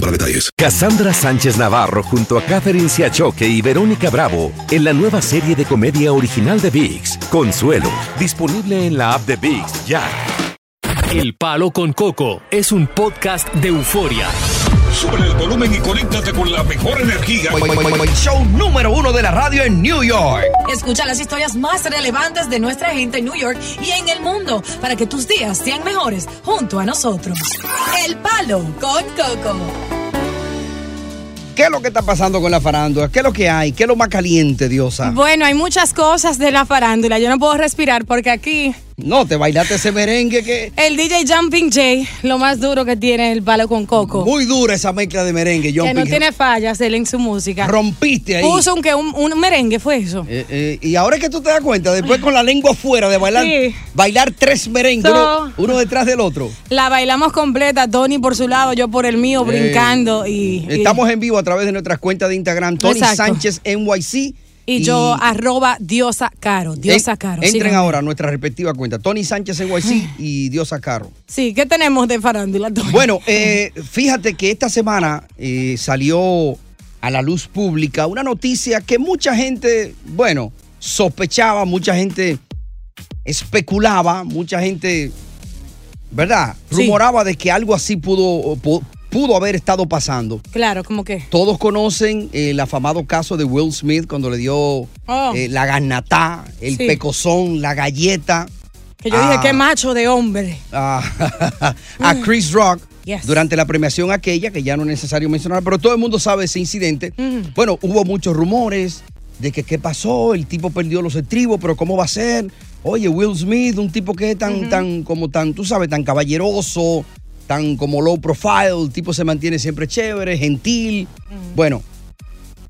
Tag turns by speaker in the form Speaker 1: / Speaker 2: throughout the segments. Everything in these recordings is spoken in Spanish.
Speaker 1: para detalles.
Speaker 2: Cassandra Sánchez Navarro junto a Catherine Siachoque y Verónica Bravo en la nueva serie de comedia original de VIX, Consuelo, disponible en la app de VIX ya.
Speaker 3: El Palo con Coco es un podcast de euforia.
Speaker 4: Sube el volumen y conéctate con la mejor energía.
Speaker 5: Show número uno de la radio en New York.
Speaker 6: Escucha las historias más relevantes de nuestra gente en New York y en el mundo para que tus días sean mejores junto a nosotros. El Palo con Coco.
Speaker 5: ¿Qué es lo que está pasando con la farándula? ¿Qué es lo que hay? ¿Qué es lo más caliente, Diosa?
Speaker 7: Bueno, hay muchas cosas de la farándula. Yo no puedo respirar porque aquí
Speaker 5: No, te bailaste ese merengue que.
Speaker 7: el DJ Jumping Jay, lo más duro que tiene el palo con coco,
Speaker 5: Muy dura esa mezcla de merengue, John
Speaker 7: que no
Speaker 5: Pinheiro.
Speaker 7: tiene fallas él en su música.
Speaker 5: Rompiste ahí.
Speaker 7: Puso un, que un, un merengue, fue eso.
Speaker 5: Eh, eh, y ahora es que tú te das cuenta, después con la lengua fuera de bailar,
Speaker 7: Sí.
Speaker 5: bailar tres merengues,
Speaker 7: So-
Speaker 5: uno, uno detrás del otro.
Speaker 7: La bailamos completa, Tony por su lado, yo por el mío, brincando y, y-
Speaker 5: Eh, Estamos en vivo a través de nuestras cuentas de Instagram, Tony
Speaker 7: Exacto.
Speaker 5: Sánchez NYC.
Speaker 7: y, yo arroba diosa caro, diosa caro.
Speaker 5: Entren
Speaker 7: síganme.
Speaker 5: ahora a nuestra respectiva cuenta, Tony Sánchez NYC y Diosa Caro.
Speaker 7: Sí, ¿qué tenemos de farándula, Tony?
Speaker 5: Bueno, eh, fíjate que esta semana eh, salió a la luz pública una noticia que mucha gente, bueno, sospechaba, mucha gente especulaba, mucha gente, ¿verdad?
Speaker 7: Sí.
Speaker 5: Rumoraba de que algo así pudo, pu- pudo haber estado pasando.
Speaker 7: Claro, como que.
Speaker 5: Todos conocen el afamado caso de Will Smith cuando le dio eh, la garnatá, el
Speaker 7: Sí.
Speaker 5: pecozón, la galleta
Speaker 7: Que yo
Speaker 5: Ah.
Speaker 7: dije, qué macho de hombre.
Speaker 5: a, a Chris Rock
Speaker 7: Yes.
Speaker 5: durante la premiación aquella, que ya no es necesario mencionar, pero todo el mundo sabe ese incidente.
Speaker 7: Ujú.
Speaker 5: Bueno, hubo muchos rumores de que qué pasó, el tipo perdió los estribos, pero ¿cómo va a ser? Oye, Will Smith, un tipo que es tan, tan, como tan, tú sabes, tan caballeroso, tan como low profile, el tipo se mantiene siempre chévere, gentil. Bueno,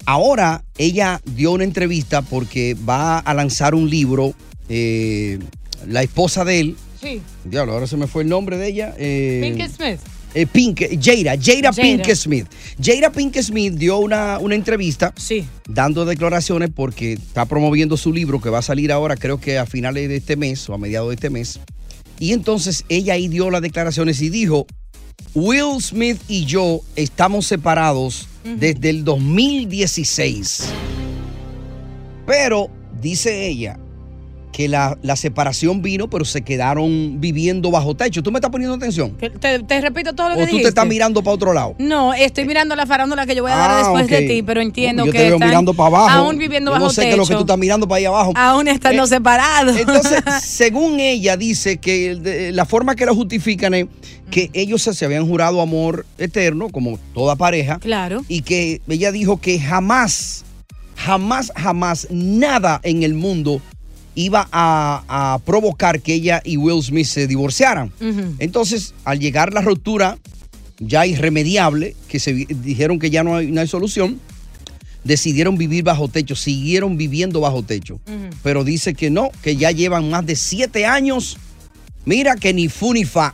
Speaker 5: Ahora ella dio una entrevista porque va a lanzar un libro, eh, la esposa de él,
Speaker 7: Sí.
Speaker 5: Diablo, ahora se me fue el nombre de ella. eh,
Speaker 7: Pinky Smith.
Speaker 5: eh, Pink- Jada, Jada,
Speaker 7: Jada.
Speaker 5: Pink Smith. Jada Pink Smith dio una, una entrevista
Speaker 7: Sí.
Speaker 5: dando declaraciones porque está promoviendo su libro que va a salir ahora, creo que a finales de este mes o a mediados de este mes. Y entonces ella ahí dio las declaraciones y dijo, Will Smith y yo estamos separados desde el 2016. Pero dice ella que la, la separación vino, pero se quedaron viviendo bajo techo. ¿Tú me estás poniendo atención?
Speaker 7: Que- Te, te repito todo lo
Speaker 5: ¿O
Speaker 7: que
Speaker 5: tú
Speaker 7: dijiste.
Speaker 5: te estás mirando para otro lado?
Speaker 7: No, estoy mirando la farándula que yo voy a
Speaker 5: Ah,
Speaker 7: dar después
Speaker 5: ok.
Speaker 7: de ti, pero entiendo
Speaker 5: Yo
Speaker 7: que
Speaker 5: te veo
Speaker 7: están
Speaker 5: mirando para abajo.
Speaker 7: aún viviendo
Speaker 5: Yo
Speaker 7: bajo
Speaker 5: no sé qué
Speaker 7: techo, Ah.
Speaker 5: es lo que tú estás mirando para allá abajo.
Speaker 7: aún estando
Speaker 5: Eh,
Speaker 7: separados.
Speaker 5: Entonces, según ella, dice que el de- la forma que la justifican es que ellos se, se habían jurado amor eterno, como toda pareja,
Speaker 7: claro.
Speaker 5: y que ella dijo que jamás, jamás, jamás, nada en el mundo iba a, a provocar que ella y Will Smith se divorciaran.
Speaker 7: Ujú.
Speaker 5: Entonces, al llegar la ruptura ya irremediable, que se vi- dijeron que ya no hay, no hay solución, decidieron vivir bajo techo, siguieron viviendo bajo techo. Pero dice que no, que ya llevan más de siete años. Mira que ni fu ni fa.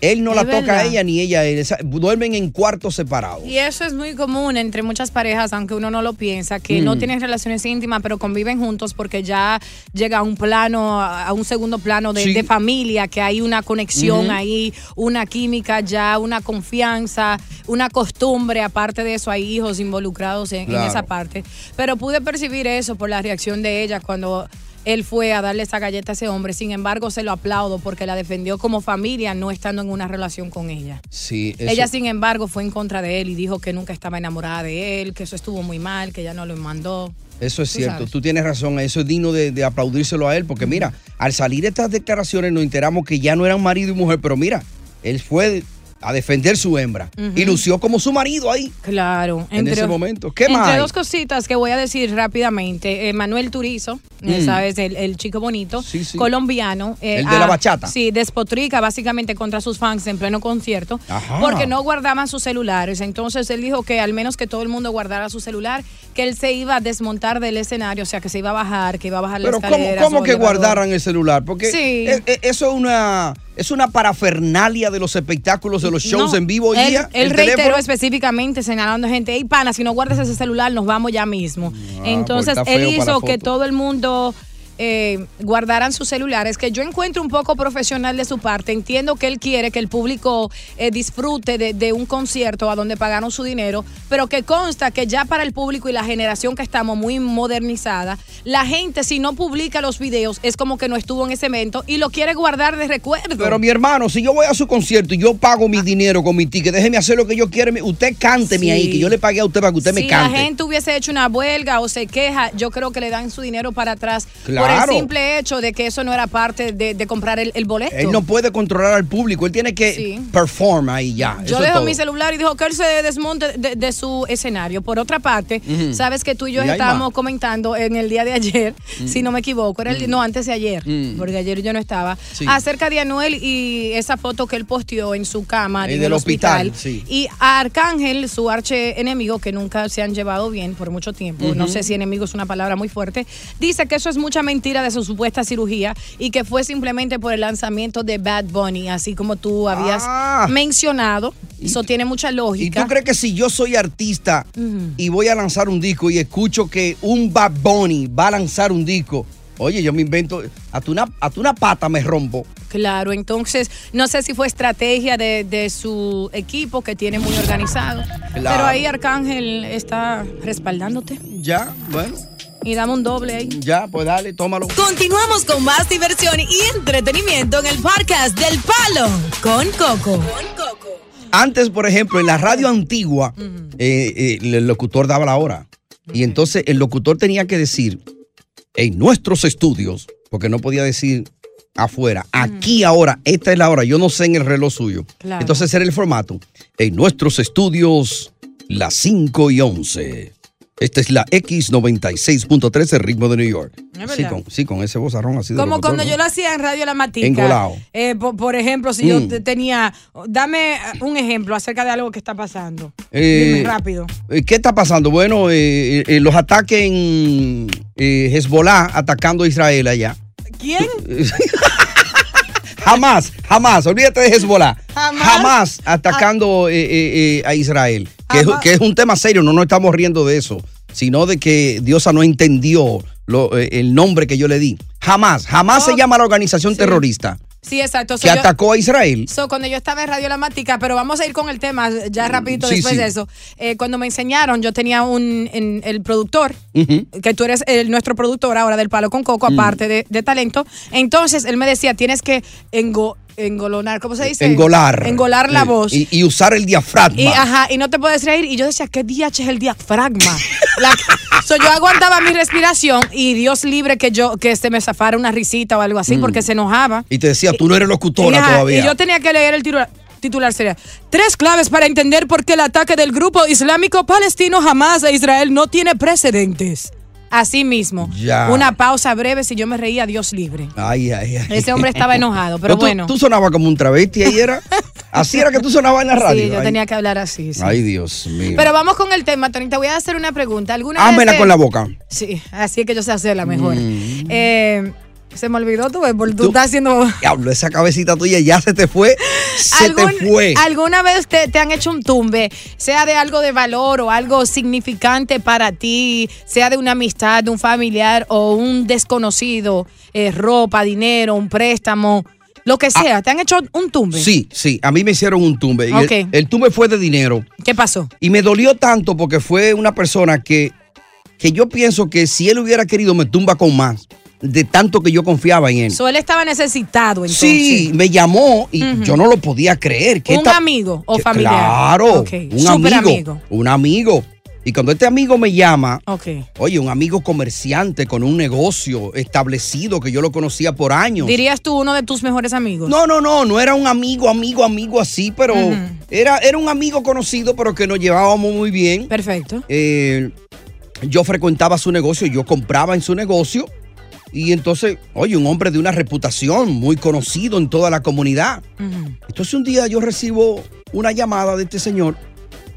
Speaker 5: Él no
Speaker 7: Es
Speaker 5: la toca a
Speaker 7: verdad.
Speaker 5: ella ni ella a él. Esa- Duermen en cuartos separados.
Speaker 7: Y eso es muy común entre muchas parejas, aunque uno no lo piensa, que
Speaker 5: Mm.
Speaker 7: no tienen relaciones íntimas, pero conviven juntos porque ya llega a un plano, a un segundo plano de,
Speaker 5: Sí.
Speaker 7: de familia, que hay una conexión ahí, una química ya, una confianza, una costumbre. Aparte de eso, hay hijos involucrados en, en
Speaker 5: Claro.
Speaker 7: esa parte. Pero pude percibir eso por la reacción de ella cuando... Él fue a darle esa galleta a ese hombre, sin embargo se lo aplaudo porque la defendió como familia, no estando en una relación con ella.
Speaker 5: Sí,
Speaker 7: Ella, sin embargo, fue en contra de él y dijo que nunca estaba enamorada de él, que eso estuvo muy mal, que ella no lo mandó.
Speaker 5: Eso es
Speaker 7: Tú
Speaker 5: cierto,
Speaker 7: sabes.
Speaker 5: tú tienes razón, eso es digno de, de aplaudírselo a él, porque mira, al salir estas declaraciones nos enteramos que ya no eran marido y mujer, pero mira, él fue a defender su hembra. Y lució como su marido ahí.
Speaker 7: Claro.
Speaker 5: En ese momento. ¿Qué
Speaker 7: entre
Speaker 5: más hay?
Speaker 7: dos cositas que voy a decir rápidamente. Eh, Manuel Turizo, eh,
Speaker 5: Mm.
Speaker 7: ¿sabes? El, el chico bonito,
Speaker 5: Sí, sí.
Speaker 7: colombiano. eh,
Speaker 5: El de la bachata.
Speaker 7: Sí, despotrica básicamente contra sus fans en pleno concierto
Speaker 5: Ajá.
Speaker 7: porque no guardaban sus celulares. Entonces él dijo que al menos que todo el mundo guardara su celular, que él se iba a desmontar del escenario, o sea, que se iba a bajar, que iba a bajar la
Speaker 5: Pero ¿cómo,
Speaker 7: escalera.
Speaker 5: cómo que guardaran el celular? Porque
Speaker 7: Sí.
Speaker 5: e- e- eso es una, es una parafernalia de los espectáculos, de los shows en vivo hoy
Speaker 7: él,
Speaker 5: día.
Speaker 7: Él
Speaker 5: el
Speaker 7: reiteró
Speaker 5: teléfono.
Speaker 7: específicamente señalando a gente, hey pana, si no guardas ese celular, nos vamos ya mismo. Entonces,
Speaker 5: Ah, pues, está feo
Speaker 7: él
Speaker 5: para la
Speaker 7: hizo
Speaker 5: foto.
Speaker 7: que todo el mundo eh, guardaran sus celulares, que yo encuentro un poco profesional de su parte. Entiendo que él quiere que el público eh, disfrute de, de un concierto a donde pagaron su dinero, pero que consta que ya para el público y la generación que estamos muy modernizada, la gente si no publica los videos es como que no estuvo en ese evento y lo quiere guardar de recuerdo.
Speaker 5: Pero mi hermano, si yo voy a su concierto y yo pago
Speaker 7: Ah.
Speaker 5: mi dinero con mi ticket, déjeme hacer lo que yo quiera. mi- Usted cánteme
Speaker 7: Sí.
Speaker 5: ahí, que yo le pagué a usted para que usted
Speaker 7: si
Speaker 5: me cante.
Speaker 7: la gente hubiese hecho una huelga o se queja, yo creo que le dan su dinero para atrás por
Speaker 5: Claro.
Speaker 7: el simple hecho de que eso no era parte de, de comprar el, el boleto.
Speaker 5: Él no puede controlar al público, él tiene que
Speaker 7: Sí.
Speaker 5: perform ahí ya.
Speaker 7: yo
Speaker 5: eso es
Speaker 7: dejo
Speaker 5: todo.
Speaker 7: mi celular y dijo que él se desmonte de, de su escenario. Por otra parte,
Speaker 5: Ujú.
Speaker 7: sabes que tú y yo
Speaker 5: Y hay
Speaker 7: estábamos
Speaker 5: más.
Speaker 7: comentando en el día de ayer, si no me equivoco, era el, no antes de ayer,
Speaker 5: Mm.
Speaker 7: porque ayer yo no estaba,
Speaker 5: Sí.
Speaker 7: acerca de Anuel y esa foto que él posteó en su cama
Speaker 5: Eh,
Speaker 7: en
Speaker 5: del
Speaker 7: el hospital.
Speaker 5: hospital, sí.
Speaker 7: Y a Arcángel, su arche enemigo, que nunca se han llevado bien por mucho tiempo, no sé si enemigo es una palabra muy fuerte, dice que eso es mucha mentira de su supuesta cirugía y que fue simplemente por el lanzamiento de Bad Bunny, así como tú habías
Speaker 5: Ah.
Speaker 7: mencionado. Eso tiene mucha
Speaker 5: ¿Y
Speaker 7: lógica.
Speaker 5: tú crees que si yo soy artista y voy a lanzar un disco y escucho que un Bad Bunny va a lanzar un disco? Oye, yo me invento, hasta una, hasta una pata me rompo.
Speaker 7: Claro, entonces no sé si fue estrategia de, de su equipo que tiene muy organizado. Pero ahí Arcángel está respaldándote
Speaker 5: Ya, bueno,
Speaker 7: y dame un doble ahí.
Speaker 5: ya, pues dale, tómalo.
Speaker 6: Continuamos con más diversión y entretenimiento en el podcast del Palo con Coco.
Speaker 5: Antes, por ejemplo, en la radio antigua, eh, eh, el locutor daba la hora. Y entonces el locutor tenía que decir, en nuestros estudios, porque no podía decir afuera, aquí ahora, esta es la hora, yo no sé en el reloj suyo.
Speaker 7: Claro.
Speaker 5: Entonces ese era el formato. En nuestros estudios, las 5 y 11. Esta es la X96.3, el ritmo de New York.
Speaker 7: Es
Speaker 5: Sí
Speaker 7: verdad.
Speaker 5: con, sí, con ese vozarrón así de
Speaker 7: Como
Speaker 5: locutor,
Speaker 7: cuando
Speaker 5: ¿no?
Speaker 7: yo lo hacía en Radio La Matica.
Speaker 5: Engolao.
Speaker 7: Eh, po- por, ejemplo, si
Speaker 5: Mm.
Speaker 7: yo te- tenía. Dame eh, un ejemplo acerca de algo que está pasando.
Speaker 5: Eh,
Speaker 7: Dime rápido.
Speaker 5: Eh, ¿Qué está pasando? Bueno, eh, eh, eh, los ataques en eh, Hezbollah atacando a Israel allá.
Speaker 7: ¿Quién?
Speaker 5: Jamás, jamás, olvídate de Hezbollah.
Speaker 7: Jamás.
Speaker 5: atacando eh, eh, eh, a Israel. Que es,
Speaker 7: Jamás.
Speaker 5: que es un tema serio, no nos estamos riendo de eso, sino de que Diosa no entendió lo- eh, el nombre que yo le di. Jamás, jamás
Speaker 7: Oh,
Speaker 5: se llama la organización
Speaker 7: sí.
Speaker 5: terrorista
Speaker 7: Sí, exacto.
Speaker 5: que
Speaker 7: soy yo.
Speaker 5: atacó a Israel.
Speaker 7: So, cuando yo estaba en Radio La Matica, pero vamos a ir con el tema ya rapidito
Speaker 5: sí,
Speaker 7: después
Speaker 5: sí.
Speaker 7: de eso. Eh, cuando me enseñaron, yo tenía un en- el productor,
Speaker 5: Ujú. Mm.
Speaker 7: que tú eres el- nuestro productor ahora del Palo con Coco, aparte de, de talento. Entonces, él me decía, tienes que engo- engolonar, ¿cómo se dice?
Speaker 5: Engolar.
Speaker 7: Engolar la
Speaker 5: Eh,
Speaker 7: voz.
Speaker 5: Y, y usar el diafragma.
Speaker 7: Y, ajá, y no te puedes reír. Y yo decía, ¿qué DH es el diafragma? La- so, yo aguantaba mi respiración y Dios libre que yo que se me zafara una risita o algo así
Speaker 5: Mm.
Speaker 7: porque se enojaba.
Speaker 5: Y te decía, tú no eres locutora
Speaker 7: Y, ajá,
Speaker 5: todavía.
Speaker 7: y yo tenía que leer el titular. Titular sería Tres claves para entender por qué el ataque del grupo islámico palestino jamás a Israel no tiene precedentes. Así mismo.
Speaker 5: Ya.
Speaker 7: Una pausa breve si yo me reía, Dios libre.
Speaker 5: Ay, ay, ay.
Speaker 7: Ese hombre estaba enojado, pero
Speaker 5: tú,
Speaker 7: bueno.
Speaker 5: Tú sonabas como un travesti ahí era. Así era que tú sonabas en la radio.
Speaker 7: sí, yo
Speaker 5: ay,
Speaker 7: tenía que hablar así. sí.
Speaker 5: Ay, Dios mío.
Speaker 7: Pero vamos con el tema, Tony. Te voy a hacer una pregunta. ¿Alguna
Speaker 5: Ámela
Speaker 7: vez te-
Speaker 5: con Ah, la boca.
Speaker 7: Sí, así es que yo sé hacerla mejor. Eh, se me olvidó, tú, por- tú
Speaker 5: Tú-
Speaker 7: estás haciendo...
Speaker 5: Diablo, esa cabecita tuya ya se te fue. Se te
Speaker 7: ¿Algún-
Speaker 5: fue.
Speaker 7: ¿Alguna vez te, te han hecho un tumbe, sea de algo de valor o algo significante para ti, sea de una amistad, de un familiar o un desconocido, eh, ropa, dinero, un préstamo, lo que sea? ¿Te han hecho un tumbe?
Speaker 5: Ah. Sí, sí. A mí me hicieron un tumbe. y el-
Speaker 7: Ok.
Speaker 5: el, tumbe fue de dinero.
Speaker 7: ¿Qué pasó?
Speaker 5: Y me dolió tanto porque fue una persona que, que yo pienso que si él hubiera querido me tumba con más. De tanto que yo confiaba en él.
Speaker 7: So, él estaba necesitado entonces.
Speaker 5: sí, me llamó y yo no lo podía creer. que
Speaker 7: ¿Un
Speaker 5: esta-
Speaker 7: amigo o
Speaker 5: Que-
Speaker 7: familiar?
Speaker 5: Claro,
Speaker 7: Ok,
Speaker 5: un
Speaker 7: súper
Speaker 5: amigo,
Speaker 7: amigo.
Speaker 5: Un amigo. Y cuando este amigo me llama,
Speaker 7: Ok.
Speaker 5: oye, un amigo comerciante con un negocio establecido que yo lo conocía por años.
Speaker 7: ¿Dirías tú uno de tus mejores amigos?
Speaker 5: No, no, no, no era un amigo, amigo, amigo así, pero
Speaker 7: Ujú.
Speaker 5: era, era un amigo conocido, pero que nos llevábamos muy bien.
Speaker 7: Perfecto.
Speaker 5: Eh, yo frecuentaba su negocio, yo compraba en su negocio. Y entonces, oye, un hombre de una reputación muy conocido en toda la comunidad.
Speaker 7: Ujú.
Speaker 5: Entonces un día yo recibo una llamada de este señor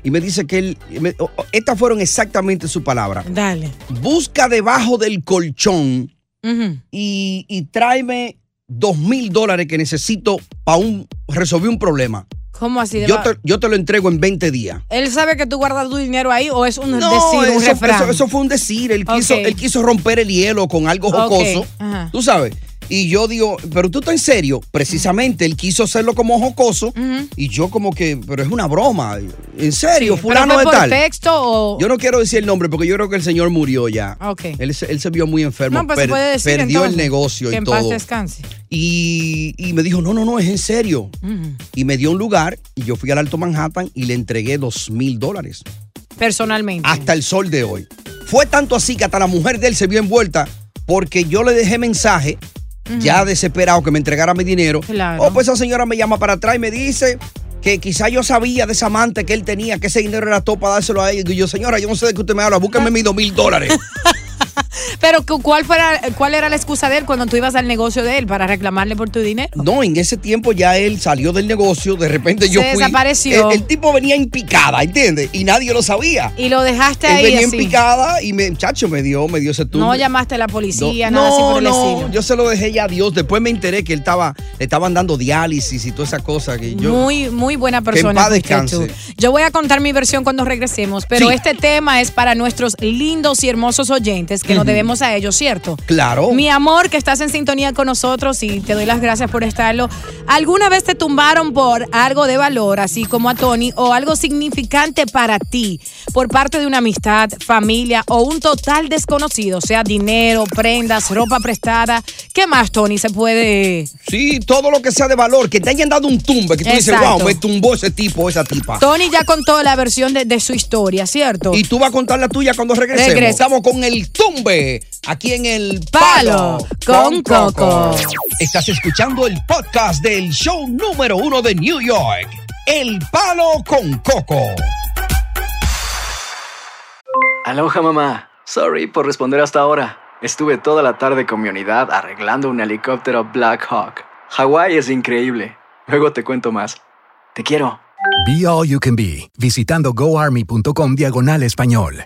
Speaker 5: y me dice que él, me- o- o- estas fueron exactamente sus palabras.
Speaker 7: Dale.
Speaker 5: Busca debajo del colchón
Speaker 7: Ujú.
Speaker 5: y, y tráeme dos mil dólares que necesito para un, resolver un problema.
Speaker 7: ¿Cómo así?
Speaker 5: Yo te, yo te lo entrego en 20 días.
Speaker 7: ¿Él sabe que tú guardas tu dinero ahí o es un
Speaker 5: No,
Speaker 7: decir, un
Speaker 5: eso,
Speaker 7: refrán?
Speaker 5: eso- eso fue un decir. Él
Speaker 7: Ok.
Speaker 5: quiso, él quiso romper el hielo con algo
Speaker 7: Ok,
Speaker 5: jocoso.
Speaker 7: ajá.
Speaker 5: Tú sabes. Y yo digo, pero tú estás en serio. Precisamente él quiso hacerlo como jocoso.
Speaker 7: Ujú.
Speaker 5: Y yo, como que, pero es una broma. En serio,
Speaker 7: Sí,
Speaker 5: fulano
Speaker 7: ¿Pero
Speaker 5: de
Speaker 7: fue por
Speaker 5: tal.
Speaker 7: texto o...?
Speaker 5: Yo no quiero decir el nombre porque yo creo que el señor murió ya.
Speaker 7: Ok.
Speaker 5: Él, se- él se vio muy enfermo.
Speaker 7: No, pues
Speaker 5: per-
Speaker 7: se puede decir
Speaker 5: perdió el
Speaker 7: entonces,
Speaker 5: negocio
Speaker 7: que
Speaker 5: y
Speaker 7: en paz
Speaker 5: todo.
Speaker 7: descanse.
Speaker 5: Y, y me dijo, no, no, no, es en serio.
Speaker 7: Ujú.
Speaker 5: Y me dio un lugar y yo fui al Alto Manhattan y le entregué dos mil dólares.
Speaker 7: Personalmente.
Speaker 5: hasta el sol de hoy. Fue tanto así que hasta la mujer de él se vio envuelta porque yo le dejé mensaje. Ya desesperado que me entregara mi dinero.
Speaker 7: Claro.
Speaker 5: Oh, pues esa señora me llama para atrás y me dice que quizá yo sabía de esa amante que él tenía, que ese dinero era todo para dárselo a ella. Y yo, señora, yo no sé de qué usted me habla, búsqueme mis dos mil dólares.
Speaker 7: Pero cu- ¿cuál, fuera, ¿cuál era la excusa de él cuando tú ibas al negocio de él para reclamarle por tu dinero?
Speaker 5: No, en ese tiempo ya él salió del negocio, de repente yo
Speaker 7: Se
Speaker 5: fui.
Speaker 7: desapareció.
Speaker 5: El, el tipo venía en picada, ¿entiendes? Y nadie lo sabía.
Speaker 7: Y lo dejaste
Speaker 5: él
Speaker 7: ahí
Speaker 5: venía en
Speaker 7: así.
Speaker 5: picada y me, chacho, me dio, me dio ese turno.
Speaker 7: No llamaste a la policía,
Speaker 5: No,
Speaker 7: nada así por el
Speaker 5: no,
Speaker 7: estilo.
Speaker 5: Yo se lo dejé ya a Dios. Después me enteré que él estaba, le estaban dando diálisis y toda esa cosa que yo.
Speaker 7: muy, muy buena
Speaker 5: en
Speaker 7: persona.
Speaker 5: paz
Speaker 7: fuiste
Speaker 5: descanse.
Speaker 7: tú. Yo voy a contar mi versión cuando regresemos, pero
Speaker 5: Sí.
Speaker 7: este tema es para nuestros lindos y hermosos oyentes que nos debemos a ellos, ¿cierto?
Speaker 5: Claro.
Speaker 7: Mi amor, que estás en sintonía con nosotros y te doy las gracias por estarlo. ¿Alguna vez te tumbaron por algo de valor, así como a Tony, o algo significante para ti, por parte de una amistad, familia o un total desconocido, sea dinero, prendas, ropa prestada? ¿Qué más, Tony, se puede...
Speaker 5: Sí, todo lo que sea de valor, que te hayan dado un tumbe, que tú dices,
Speaker 7: Exacto.
Speaker 5: wow, me tumbó ese tipo, esa tipa.
Speaker 7: Tony ya contó la versión de, de su historia, ¿cierto?
Speaker 5: Ah. Y tú vas a contar la tuya cuando regresemos.
Speaker 7: Regresa.
Speaker 5: Estamos con el tumbe aquí en el
Speaker 7: Palo con Coco.
Speaker 5: Estás escuchando el podcast del show número uno de New York, El Palo con Coco.
Speaker 8: Aloha mamá. Sorry por responder hasta ahora. Estuve toda la tarde con mi unidad arreglando un helicóptero Black Hawk. Hawái es increíble. Luego te cuento más. Te quiero.
Speaker 9: Be All You Can Be, visitando goarmy.com diagonal español.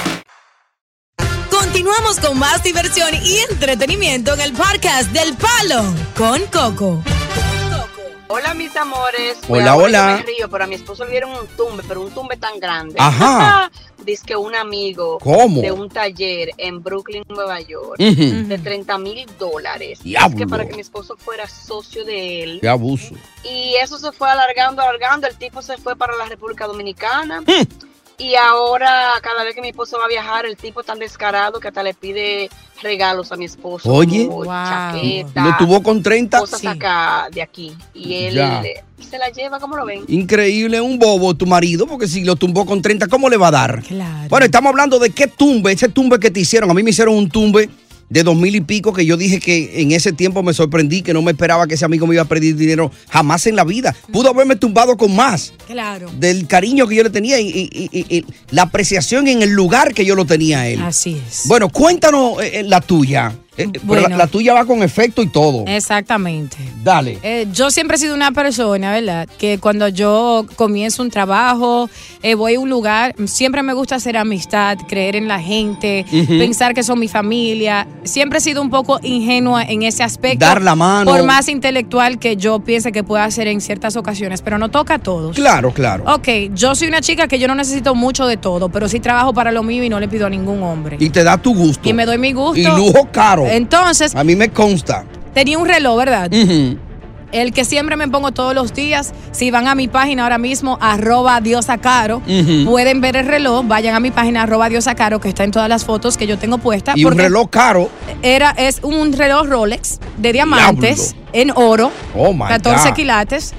Speaker 6: Continuamos con más diversión y entretenimiento en el podcast del Palo con Coco.
Speaker 10: Hola, mis amores.
Speaker 5: Hola,
Speaker 10: Ahora
Speaker 5: hola.
Speaker 10: yo me río, pero a mi esposo le dieron un tumbe, pero un tumbe tan grande.
Speaker 5: Ajá.
Speaker 10: Dice que un amigo
Speaker 5: ¿Cómo?
Speaker 10: de un taller en Brooklyn, Nueva York,
Speaker 5: Ujú.
Speaker 10: de 30 mil dólares.
Speaker 5: Diablo.
Speaker 10: que para que mi esposo fuera socio de él.
Speaker 5: Qué abuso.
Speaker 10: Y eso se fue alargando, alargando. El tipo se fue para la República Dominicana.
Speaker 5: Mm.
Speaker 10: Y ahora, cada vez que mi esposo va a viajar, el tipo es tan descarado que hasta le pide regalos a mi esposo.
Speaker 5: Oye.
Speaker 10: como
Speaker 7: Wow.
Speaker 10: chaqueta,
Speaker 5: Lo tuvo con 30.
Speaker 10: cosas
Speaker 7: Sí.
Speaker 10: acá de aquí. Y él
Speaker 5: Ya.
Speaker 10: eh, se la lleva, ¿cómo lo ven?
Speaker 5: Increíble, un bobo tu marido, porque si lo tumbó con 30, ¿cómo le va a dar?
Speaker 7: Claro.
Speaker 5: Bueno, estamos hablando de qué tumbe, ese tumbe que te hicieron. A mí me hicieron un tumbe de dos mil y pico que yo dije que en ese tiempo me sorprendí, que no me esperaba que ese amigo me iba a pedir dinero jamás en la vida. Pudo haberme tumbado con más
Speaker 7: Claro.
Speaker 5: del cariño que yo le tenía y, y- y- y la apreciación en el lugar que yo lo tenía a él.
Speaker 7: Así es.
Speaker 5: Bueno, cuéntanos eh, eh, la tuya. Eh, eh, pero la-
Speaker 7: Bueno.
Speaker 5: la, tuya va con efecto y todo.
Speaker 7: Exactamente.
Speaker 5: Dale.
Speaker 7: Eh, yo siempre he sido una persona, ¿verdad? Que cuando yo comienzo un trabajo, eh, voy a un lugar, siempre me gusta hacer amistad, creer en la gente, pensar que son mi familia. Siempre he sido un poco ingenua en ese aspecto.
Speaker 5: Dar la mano.
Speaker 7: Por más intelectual que yo piense que pueda hacer en ciertas ocasiones, pero no toca a todos.
Speaker 5: Claro, claro.
Speaker 7: Ok, yo soy una chica que yo no necesito mucho de todo, pero sí trabajo para lo mío y no le pido a ningún hombre.
Speaker 5: Y te da tu gusto.
Speaker 7: Y me doy mi gusto.
Speaker 5: Y lujo caro.
Speaker 7: Entonces,
Speaker 5: A mí me consta.
Speaker 7: tenía un reloj, ¿verdad?
Speaker 5: Ujú.
Speaker 7: El que siempre me pongo todos los días. Si van a mi página ahora mismo, arroba diosacaro,
Speaker 5: Ujú.
Speaker 7: pueden ver el reloj. Vayan a mi página, arroba diosacaro, que está en todas las fotos que yo tengo puesta.
Speaker 5: Y un
Speaker 7: Ah, porque
Speaker 5: reloj caro.
Speaker 7: Era, es un reloj Rolex de diamantes en oro,
Speaker 5: Oh, my
Speaker 7: 14
Speaker 5: God.
Speaker 7: quilates.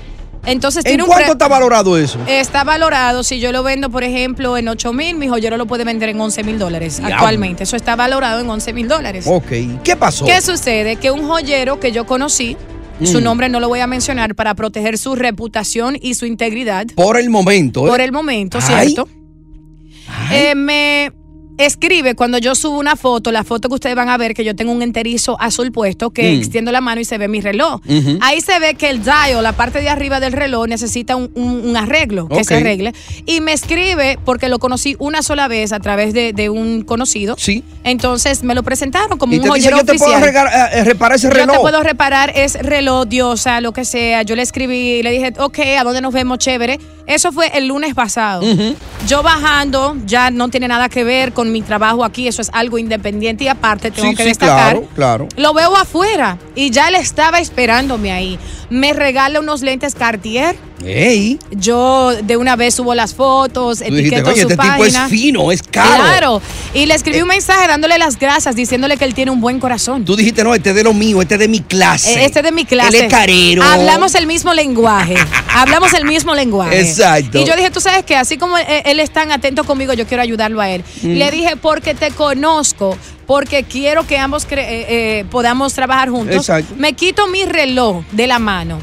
Speaker 7: Entonces
Speaker 5: ¿En
Speaker 7: tiene un
Speaker 5: cuánto
Speaker 7: pre-
Speaker 5: está valorado eso?
Speaker 7: Está valorado, si yo lo vendo, por ejemplo, en 8 mil, mi joyero lo puede vender en 11 mil dólares
Speaker 5: Diablo.
Speaker 7: actualmente. Eso está valorado en 11 mil dólares.
Speaker 5: Ok. ¿y ¿Qué pasó?
Speaker 7: ¿Qué sucede? Que un joyero que yo conocí,
Speaker 5: Mm.
Speaker 7: su nombre no lo voy a mencionar para proteger su reputación y su integridad
Speaker 5: Por el momento. ¿eh?
Speaker 7: por el momento,
Speaker 5: Ay.
Speaker 7: ¿cierto? Eh, me escribe cuando yo subo una foto, la foto que ustedes van a ver, que yo tengo un enterizo azul puesto, que
Speaker 11: Mm.
Speaker 7: extiendo la mano y se ve mi reloj.
Speaker 11: Ujú.
Speaker 7: Ahí se ve que el dial, la parte de arriba del reloj, necesita un, un- un arreglo, que se
Speaker 11: Ok.
Speaker 7: arregle. Y me escribe, porque lo conocí una sola vez a través de, de un conocido.
Speaker 5: Sí.
Speaker 7: Entonces me lo presentaron como
Speaker 5: Y
Speaker 7: un
Speaker 5: te dice,
Speaker 7: joyero
Speaker 5: yo te puedo
Speaker 7: oficial.
Speaker 5: arreglar- eh, eh, reparar ese
Speaker 7: Yo te
Speaker 5: reloj.
Speaker 7: puedo reparar es reloj, diosa, lo que sea. Yo le escribí y le dije, ok, ¿a dónde nos vemos? Chévere. Eso fue el lunes pasado. Yo bajando, ya no tiene nada que ver con mi trabajo aquí. Eso es algo independiente y aparte tengo
Speaker 5: Sí,
Speaker 7: que
Speaker 5: sí,
Speaker 7: destacar.
Speaker 5: claro, claro.
Speaker 7: Lo veo afuera y ya él estaba esperándome ahí. Me regala unos lentes Cartier.
Speaker 5: Ey.
Speaker 7: Yo de una vez subo las fotos,
Speaker 5: Tú dijiste,
Speaker 7: etiqueto
Speaker 5: oye,
Speaker 7: Eh, su
Speaker 5: este tipo es
Speaker 7: página.
Speaker 5: fino, es caro. Eh.
Speaker 7: Claro. Y le escribí un mensaje dándole las gracias, diciéndole que él tiene un buen corazón.
Speaker 5: Tú dijiste, no, este es de lo mío, este es de mi clase.
Speaker 7: Eh, Este es de mi clase.
Speaker 5: Él es carero.
Speaker 7: Hablamos el mismo lenguaje. Hablamos el mismo lenguaje.
Speaker 5: Exacto.
Speaker 7: Y yo dije, tú sabes que así como él, él es tan atento conmigo, yo quiero ayudarlo a él.
Speaker 11: Mm.
Speaker 7: Le dije, porque te conozco, porque quiero que ambos cre- eh, eh, podamos trabajar juntos.
Speaker 11: Exacto.
Speaker 7: Me quito mi reloj de la mano,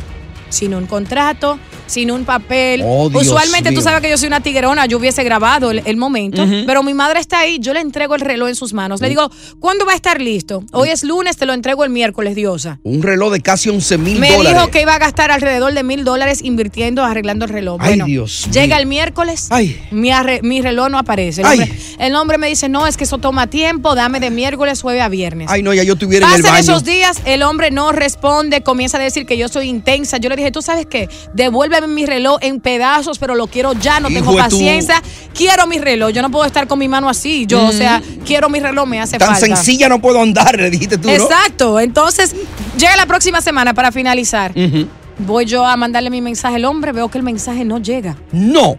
Speaker 7: sin un contrato. Sin un papel.
Speaker 11: Oh, Dios
Speaker 7: Usualmente tú
Speaker 11: mío.
Speaker 7: sabes que yo soy una tiguerona, yo hubiese grabado el, el momento,
Speaker 11: Ujú. Mm.
Speaker 7: pero mi madre está ahí, yo le entrego el reloj en sus manos. Le digo, ¿cuándo va a estar listo? Hoy es lunes, te lo entrego el miércoles, Diosa.
Speaker 5: Un reloj de casi 11 mil
Speaker 7: Me
Speaker 5: dólares.
Speaker 7: dijo que iba a gastar alrededor de mil dólares invirtiendo, arreglando el reloj.
Speaker 5: Ay,
Speaker 7: bueno,
Speaker 5: Dios
Speaker 7: llega el miércoles, Mi, arre- mi reloj no aparece. El
Speaker 5: Ay.
Speaker 7: hombre, el hombre me dice, no, es que eso toma tiempo, dame de miércoles, jueves a viernes.
Speaker 5: Ay, no, ya yo estuviera en el
Speaker 7: Pasan
Speaker 5: baño.
Speaker 7: esos días, el hombre no responde, comienza a decir que yo soy intensa. Yo le dije, tú sabes qué, devuélveme mi reloj en pedazos, pero lo quiero ya, no
Speaker 5: Hijo
Speaker 7: tengo
Speaker 5: de tu-
Speaker 7: paciencia. Quiero mi reloj, yo no puedo estar con mi mano así. Yo, o
Speaker 5: Mm.
Speaker 7: sea, quiero mi reloj, me hace
Speaker 5: Tan
Speaker 7: falta.
Speaker 5: sencilla no puedo andar, le dijiste tú, ¿no?
Speaker 7: Exacto. Entonces, llega la próxima semana para finalizar.
Speaker 5: Ujú.
Speaker 7: Voy yo a mandarle mi mensaje al hombre, veo que el mensaje no llega.
Speaker 5: No.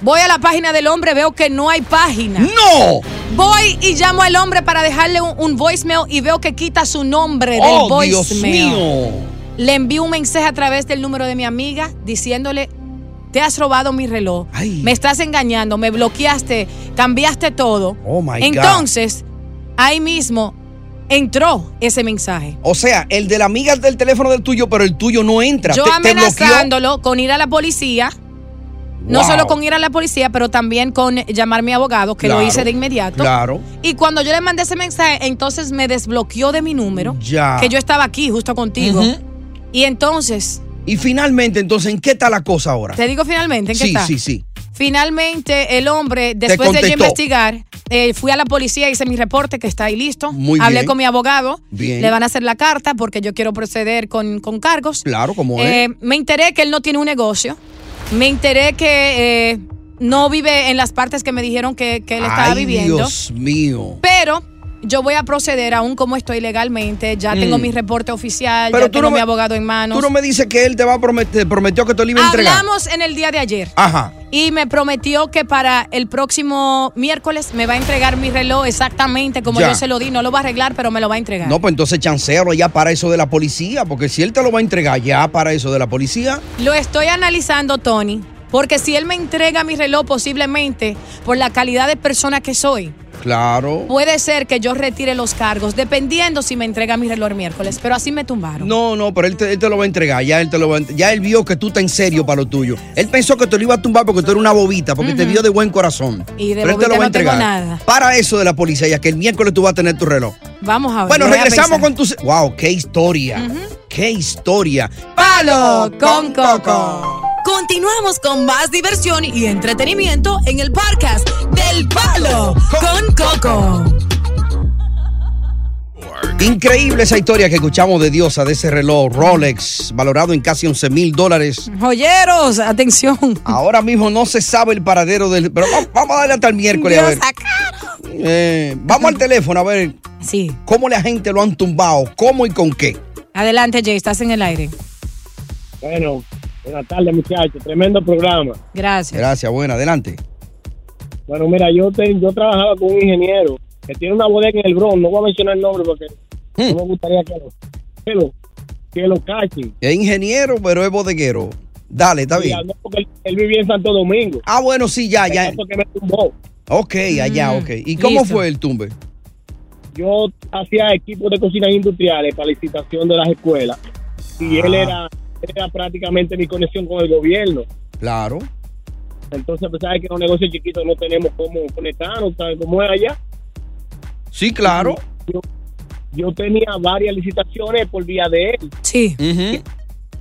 Speaker 7: Voy a la página del hombre, veo que no hay página.
Speaker 5: ¡No!
Speaker 7: Voy y llamo al hombre para dejarle un, un voicemail y veo que quita su nombre del
Speaker 5: Oh,
Speaker 7: voicemail.
Speaker 5: Dios mío.
Speaker 7: Le envío un mensaje a través del número de mi amiga diciéndole, te has robado mi reloj, me estás engañando, me bloqueaste, cambiaste todo.
Speaker 5: Oh, my God.
Speaker 7: Entonces, ahí mismo entró ese mensaje.
Speaker 5: O sea, el de la amiga es del teléfono del tuyo, pero el tuyo no entra.
Speaker 7: Yo
Speaker 5: te, te bloqueó.
Speaker 7: amenazándolo con ir a la policía. No
Speaker 5: Wow.
Speaker 7: solo con ir a la policía, pero también con llamar a mi abogado, que
Speaker 5: Claro,
Speaker 7: lo hice de inmediato.
Speaker 5: Claro.
Speaker 7: Y cuando yo le mandé ese mensaje, entonces me desbloqueó de mi número.
Speaker 5: Ya.
Speaker 7: Que yo estaba aquí justo contigo.
Speaker 5: Ujú.
Speaker 7: Y entonces,
Speaker 5: Y finalmente, entonces, ¿en qué está la cosa ahora?
Speaker 7: te digo finalmente, ¿en qué
Speaker 5: sí,
Speaker 7: está?
Speaker 5: sí, sí.
Speaker 7: Finalmente, el hombre, después de yo
Speaker 5: contestó.
Speaker 7: investigar, eh, fui a la policía, hice mi reporte, que está ahí listo.
Speaker 5: Muy
Speaker 7: Hablé
Speaker 5: bien.
Speaker 7: con mi abogado.
Speaker 5: Bien.
Speaker 7: Le van a hacer la carta porque yo quiero proceder con, con cargos.
Speaker 5: Claro, como
Speaker 7: Eh,
Speaker 5: es.
Speaker 7: me enteré que él no tiene un negocio. Me enteré que eh, no vive en las partes que me dijeron que, que él estaba
Speaker 5: Ay,
Speaker 7: viviendo.
Speaker 5: Dios mío.
Speaker 7: Pero yo voy a proceder aún como estoy legalmente. Ya tengo
Speaker 5: Mm.
Speaker 7: mi reporte oficial,
Speaker 5: Pero
Speaker 7: ya
Speaker 5: tú
Speaker 7: tengo
Speaker 5: no me-
Speaker 7: mi abogado en manos.
Speaker 5: Tú no me dices que él te va a prometer, prometió que te lo iba a entregar.
Speaker 7: Hablamos en el día de ayer.
Speaker 5: Ajá.
Speaker 7: Y me prometió que para el próximo miércoles me va a entregar mi reloj exactamente como
Speaker 5: Ya.
Speaker 7: yo se lo di. No lo va a arreglar, pero me lo va a entregar.
Speaker 5: No, pues entonces chancealo ya para eso de la policía, porque si él te lo va a entregar ya para eso de la policía,
Speaker 7: Lo estoy analizando, Tony, porque si él me entrega mi reloj, posiblemente por la calidad de persona que soy,
Speaker 5: claro.
Speaker 7: puede ser que yo retire los cargos, dependiendo si me entrega mi reloj el miércoles. Pero así me tumbaron.
Speaker 5: No, no, pero él te, él te lo va a entregar, ya él te lo va a entre- ya él vio que tú estás en serio para lo tuyo. Él pensó que te lo iba a tumbar porque tú eres una bobita, porque te
Speaker 7: Ujú.
Speaker 5: vio de buen corazón.
Speaker 7: Y de
Speaker 5: pero él te
Speaker 7: bobita
Speaker 5: lo va a
Speaker 7: no tengo
Speaker 5: entregar.
Speaker 7: nada.
Speaker 5: Para eso de la policía, ya que el miércoles tú vas a tener tu reloj.
Speaker 7: Vamos a ver.
Speaker 5: Bueno,
Speaker 7: lo voy a
Speaker 5: regresamos con
Speaker 7: pensar.
Speaker 5: tu... Wow, qué historia. Qué historia.
Speaker 7: Palo con Coco. Continuamos con más diversión y entretenimiento en el podcast del Palo con Coco.
Speaker 5: Increíble esa historia que escuchamos de Diosa, de ese reloj Rolex, valorado en casi 11 mil dólares.
Speaker 7: Joyeros, atención.
Speaker 5: Ahora mismo no se sabe el paradero del... Pero va- vamos a darle hasta el miércoles. a ver. Eh, vamos al teléfono a ver
Speaker 7: sí.
Speaker 5: cómo la gente lo han tumbado, cómo y con qué.
Speaker 7: Adelante, Jay, estás en el aire.
Speaker 11: Bueno, buenas tardes, muchachos. Tremendo programa.
Speaker 7: Gracias.
Speaker 5: Gracias, buena, adelante.
Speaker 11: Bueno, mira, yo te- yo trabajaba con un ingeniero que tiene una bodega en el Bronx. No voy a mencionar el nombre porque no
Speaker 5: Hmm.
Speaker 11: me gustaría que lo, que lo, que lo cachen.
Speaker 5: Es ingeniero, pero es bodeguero. Dale, está bien.
Speaker 11: Mira, no, porque él, él vivía en Santo Domingo.
Speaker 5: Ah, bueno, sí, ya, ya.
Speaker 11: Porque me tumbó.
Speaker 5: Ok, allá, ok. ¿Y cómo
Speaker 11: Mm, listo.
Speaker 5: fue el tumbe?
Speaker 11: Yo hacía equipos de cocinas industriales para licitación de las escuelas y él
Speaker 5: Ah.
Speaker 11: era, él era prácticamente mi conexión con el gobierno.
Speaker 5: Claro.
Speaker 11: Entonces, a pesar de que en un negocio chiquito no tenemos cómo conectarnos, ¿sabes cómo es allá?
Speaker 5: Sí, claro.
Speaker 11: Yo, yo tenía varias licitaciones por vía de él.
Speaker 7: Sí.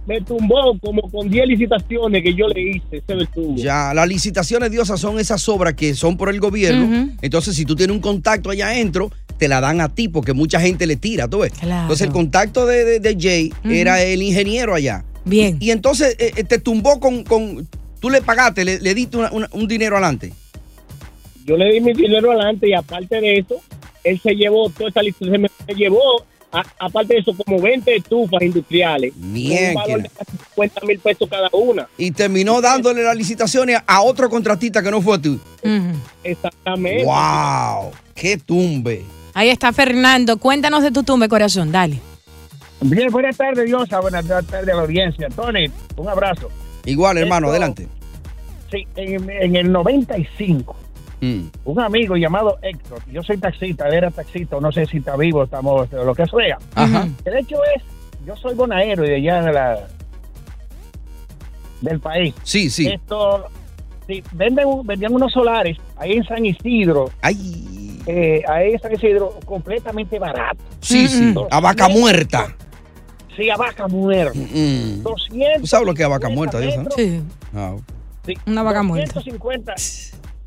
Speaker 11: Me tumbó como con 10 licitaciones que yo le hice, ese me tumbó.
Speaker 5: Ya, las licitaciones diosas son esas obras que son por el gobierno.
Speaker 11: Ujú.
Speaker 5: Entonces, si tú tienes un contacto allá adentro, te la dan a ti porque mucha gente le tira, ¿tú ves? Entonces, el contacto de, de- de Jay
Speaker 7: Ujú.
Speaker 5: era el ingeniero allá.
Speaker 7: Bien.
Speaker 5: Y, y entonces eh, eh, te tumbó con, con- Tú le pagaste, le, le diste una- una- un dinero adelante.
Speaker 11: Yo le di mi dinero adelante y aparte de eso, él se llevó toda esa licitación, se me me llevó, a- aparte de eso, como 20 estufas industriales.
Speaker 5: Bien,
Speaker 11: Con un valor de casi 50 mil pesos cada una.
Speaker 5: Y terminó dándole las licitaciones a otro contratista que no fue tú.
Speaker 11: Exactamente.
Speaker 5: ¡Wow! ¡Qué tumbe!
Speaker 7: Ahí está Fernando. Cuéntanos de tu tumbe, corazón. Dale.
Speaker 12: Bien, buenas tardes, Diosa. Buenas tardes a la audiencia. Tony, un abrazo.
Speaker 5: Igual, hermano,
Speaker 12: Esto-
Speaker 5: adelante.
Speaker 12: Sí, en, en el 95,
Speaker 5: Mm.
Speaker 12: un amigo llamado Héctor, yo soy taxista, él era taxista, no sé si está vivo, estamos, lo que sea. El hecho es, yo soy bonaero y de allá de la, del país.
Speaker 5: Sí, sí.
Speaker 12: Esto, sí, venden, un- vendían unos solares ahí en San Isidro. eh,
Speaker 5: Ay.
Speaker 12: ahí en San Isidro, completamente barato.
Speaker 5: Sí, sí.
Speaker 12: Dos-
Speaker 5: A vaca muerta.
Speaker 12: Sí, a vaca muerta.
Speaker 5: Mm. Ah,
Speaker 12: 200.
Speaker 5: ¿Tú sabes lo que es vaca muerta, Dios?
Speaker 12: metros.
Speaker 7: Sí.
Speaker 12: Una
Speaker 7: vaca
Speaker 12: muerta. 150,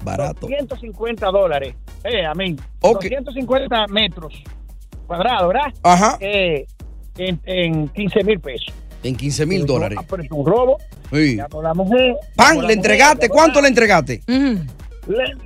Speaker 5: Barato.
Speaker 12: 250 dólares. Eh, a mí.
Speaker 5: Ok.
Speaker 12: 250 metros cuadrados, ¿verdad?
Speaker 5: Ajá.
Speaker 12: Eh, en, en 15 mil pesos.
Speaker 5: En 15 mil
Speaker 12: Pero,
Speaker 5: dólares.
Speaker 12: ah, pero es un robo.
Speaker 5: Sí.
Speaker 12: Llamó la mujer.
Speaker 5: Pan,
Speaker 12: llamó la
Speaker 5: ¿le entregaste?
Speaker 12: mujer, llamó
Speaker 5: ¿Cuánto
Speaker 12: la-
Speaker 5: le entregaste?
Speaker 12: Ah,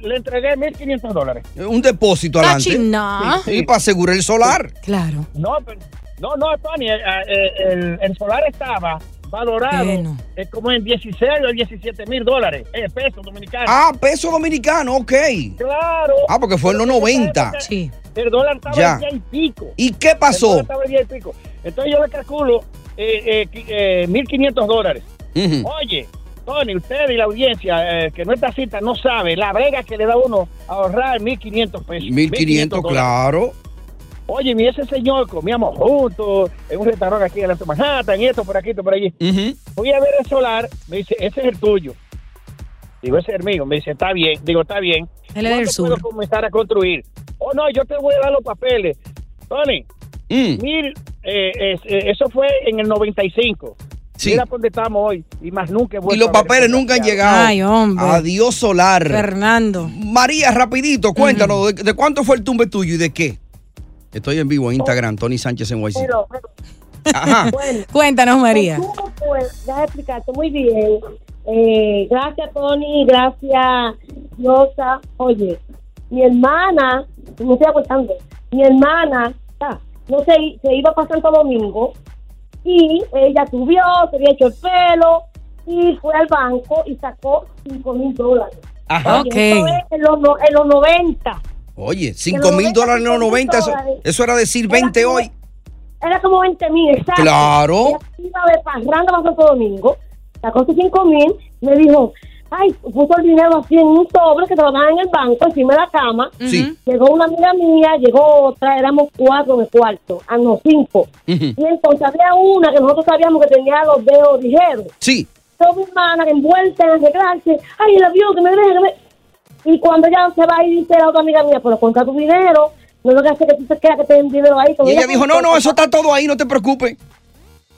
Speaker 12: Le, le entregué 1.500 dólares.
Speaker 5: Eh, Un depósito
Speaker 12: Está
Speaker 5: adelante.
Speaker 12: china.
Speaker 5: Sí, sí, para asegurar el solar.
Speaker 7: Claro.
Speaker 12: No, pero- no, no, Tony, eh, eh, el, el solar estaba valorado eh, como en 16 o 17 mil dólares. Eh, pesos dominicanos.
Speaker 5: Ah, peso dominicano, ok.
Speaker 12: Claro.
Speaker 5: Ah, porque fue en los 90.
Speaker 7: Sí.
Speaker 12: El dólar estaba
Speaker 5: Ya.
Speaker 12: en 10 y pico.
Speaker 5: ¿Y qué pasó?
Speaker 12: El dólar estaba en 10 y pico. Entonces yo le calculo eh, eh, qui- eh, 1.500 dólares.
Speaker 5: Ujú.
Speaker 12: Oye, Tony, usted y la audiencia eh, que no está cita no sabe la brega que le da uno a ahorrar 1.500 pesos.
Speaker 5: 1500,
Speaker 12: dólares.
Speaker 5: claro.
Speaker 12: Oye, mi ese señor comíamos juntos en un restaurante aquí en la Manhattan, y esto por aquí, esto por allí. Voy a ver el solar, me dice, ese es el tuyo. Digo, ese es el mío. Me dice, está bien. Digo, está bien.
Speaker 7: Él era del
Speaker 12: ¿Cuándo
Speaker 7: sur.
Speaker 12: puedo comenzar a construir? Oh, no, yo te voy a dar los papeles. Tony, mil, eh, es- eh, eso fue en el 95. Mira por dónde estamos hoy. Y más nunca he
Speaker 5: Y
Speaker 12: vuelto
Speaker 5: los
Speaker 12: a ver
Speaker 5: papeles
Speaker 12: ese
Speaker 5: nunca han
Speaker 12: plateado.
Speaker 5: llegado.
Speaker 7: Ay, hombre.
Speaker 5: Adiós solar.
Speaker 7: Fernando.
Speaker 5: María, rapidito, cuéntanos, ¿de, de cuánto fue el tumbe tuyo y de qué? Estoy en vivo en Instagram, Tony Sánchez en YC.
Speaker 13: Oh. Pero,
Speaker 5: Ajá.
Speaker 13: bueno,
Speaker 7: Cuéntanos, María.
Speaker 13: pues, ¿cómo fue? Ya explicaste muy bien. Eh, gracias, Tony. Gracias, Rosa. Oye, mi hermana, me estoy acordando, mi hermana ah, no se, i- se iba para Santo Domingo y ella subió, se había hecho el pelo y fue al banco y sacó 5 mil dólares.
Speaker 5: Ajá.
Speaker 13: Y eso es en los, no- en los 90.
Speaker 5: Oye, 5 mil dólares en los 90, eso,
Speaker 13: eh.
Speaker 5: eso era decir 20 hoy.
Speaker 13: Era como 20 mil, exacto.
Speaker 5: Claro.
Speaker 13: Ella iba de parranda para Santo Domingo, sacó sus 5 mil, me dijo, ay, puso el dinero así en un sobre que te lo dan en el banco, encima de la cama.
Speaker 5: Sí.
Speaker 13: Llegó una amiga mía, llegó otra, éramos cuatro en el cuarto, a no, cinco. Y entonces había una que nosotros sabíamos que tenía los dedos ligeros.
Speaker 5: Sí.
Speaker 13: Toda mi hermana envuelta en arreglarse, ay, el avión, que me deje, que me... Y cuando ella se va y dice a la otra amiga mía, pero cuenta tu dinero, no lo que hace que tú te quedas que te den dinero ahí. Como
Speaker 5: Y ella dijo, no, no, eso está todo ahí, no te preocupes.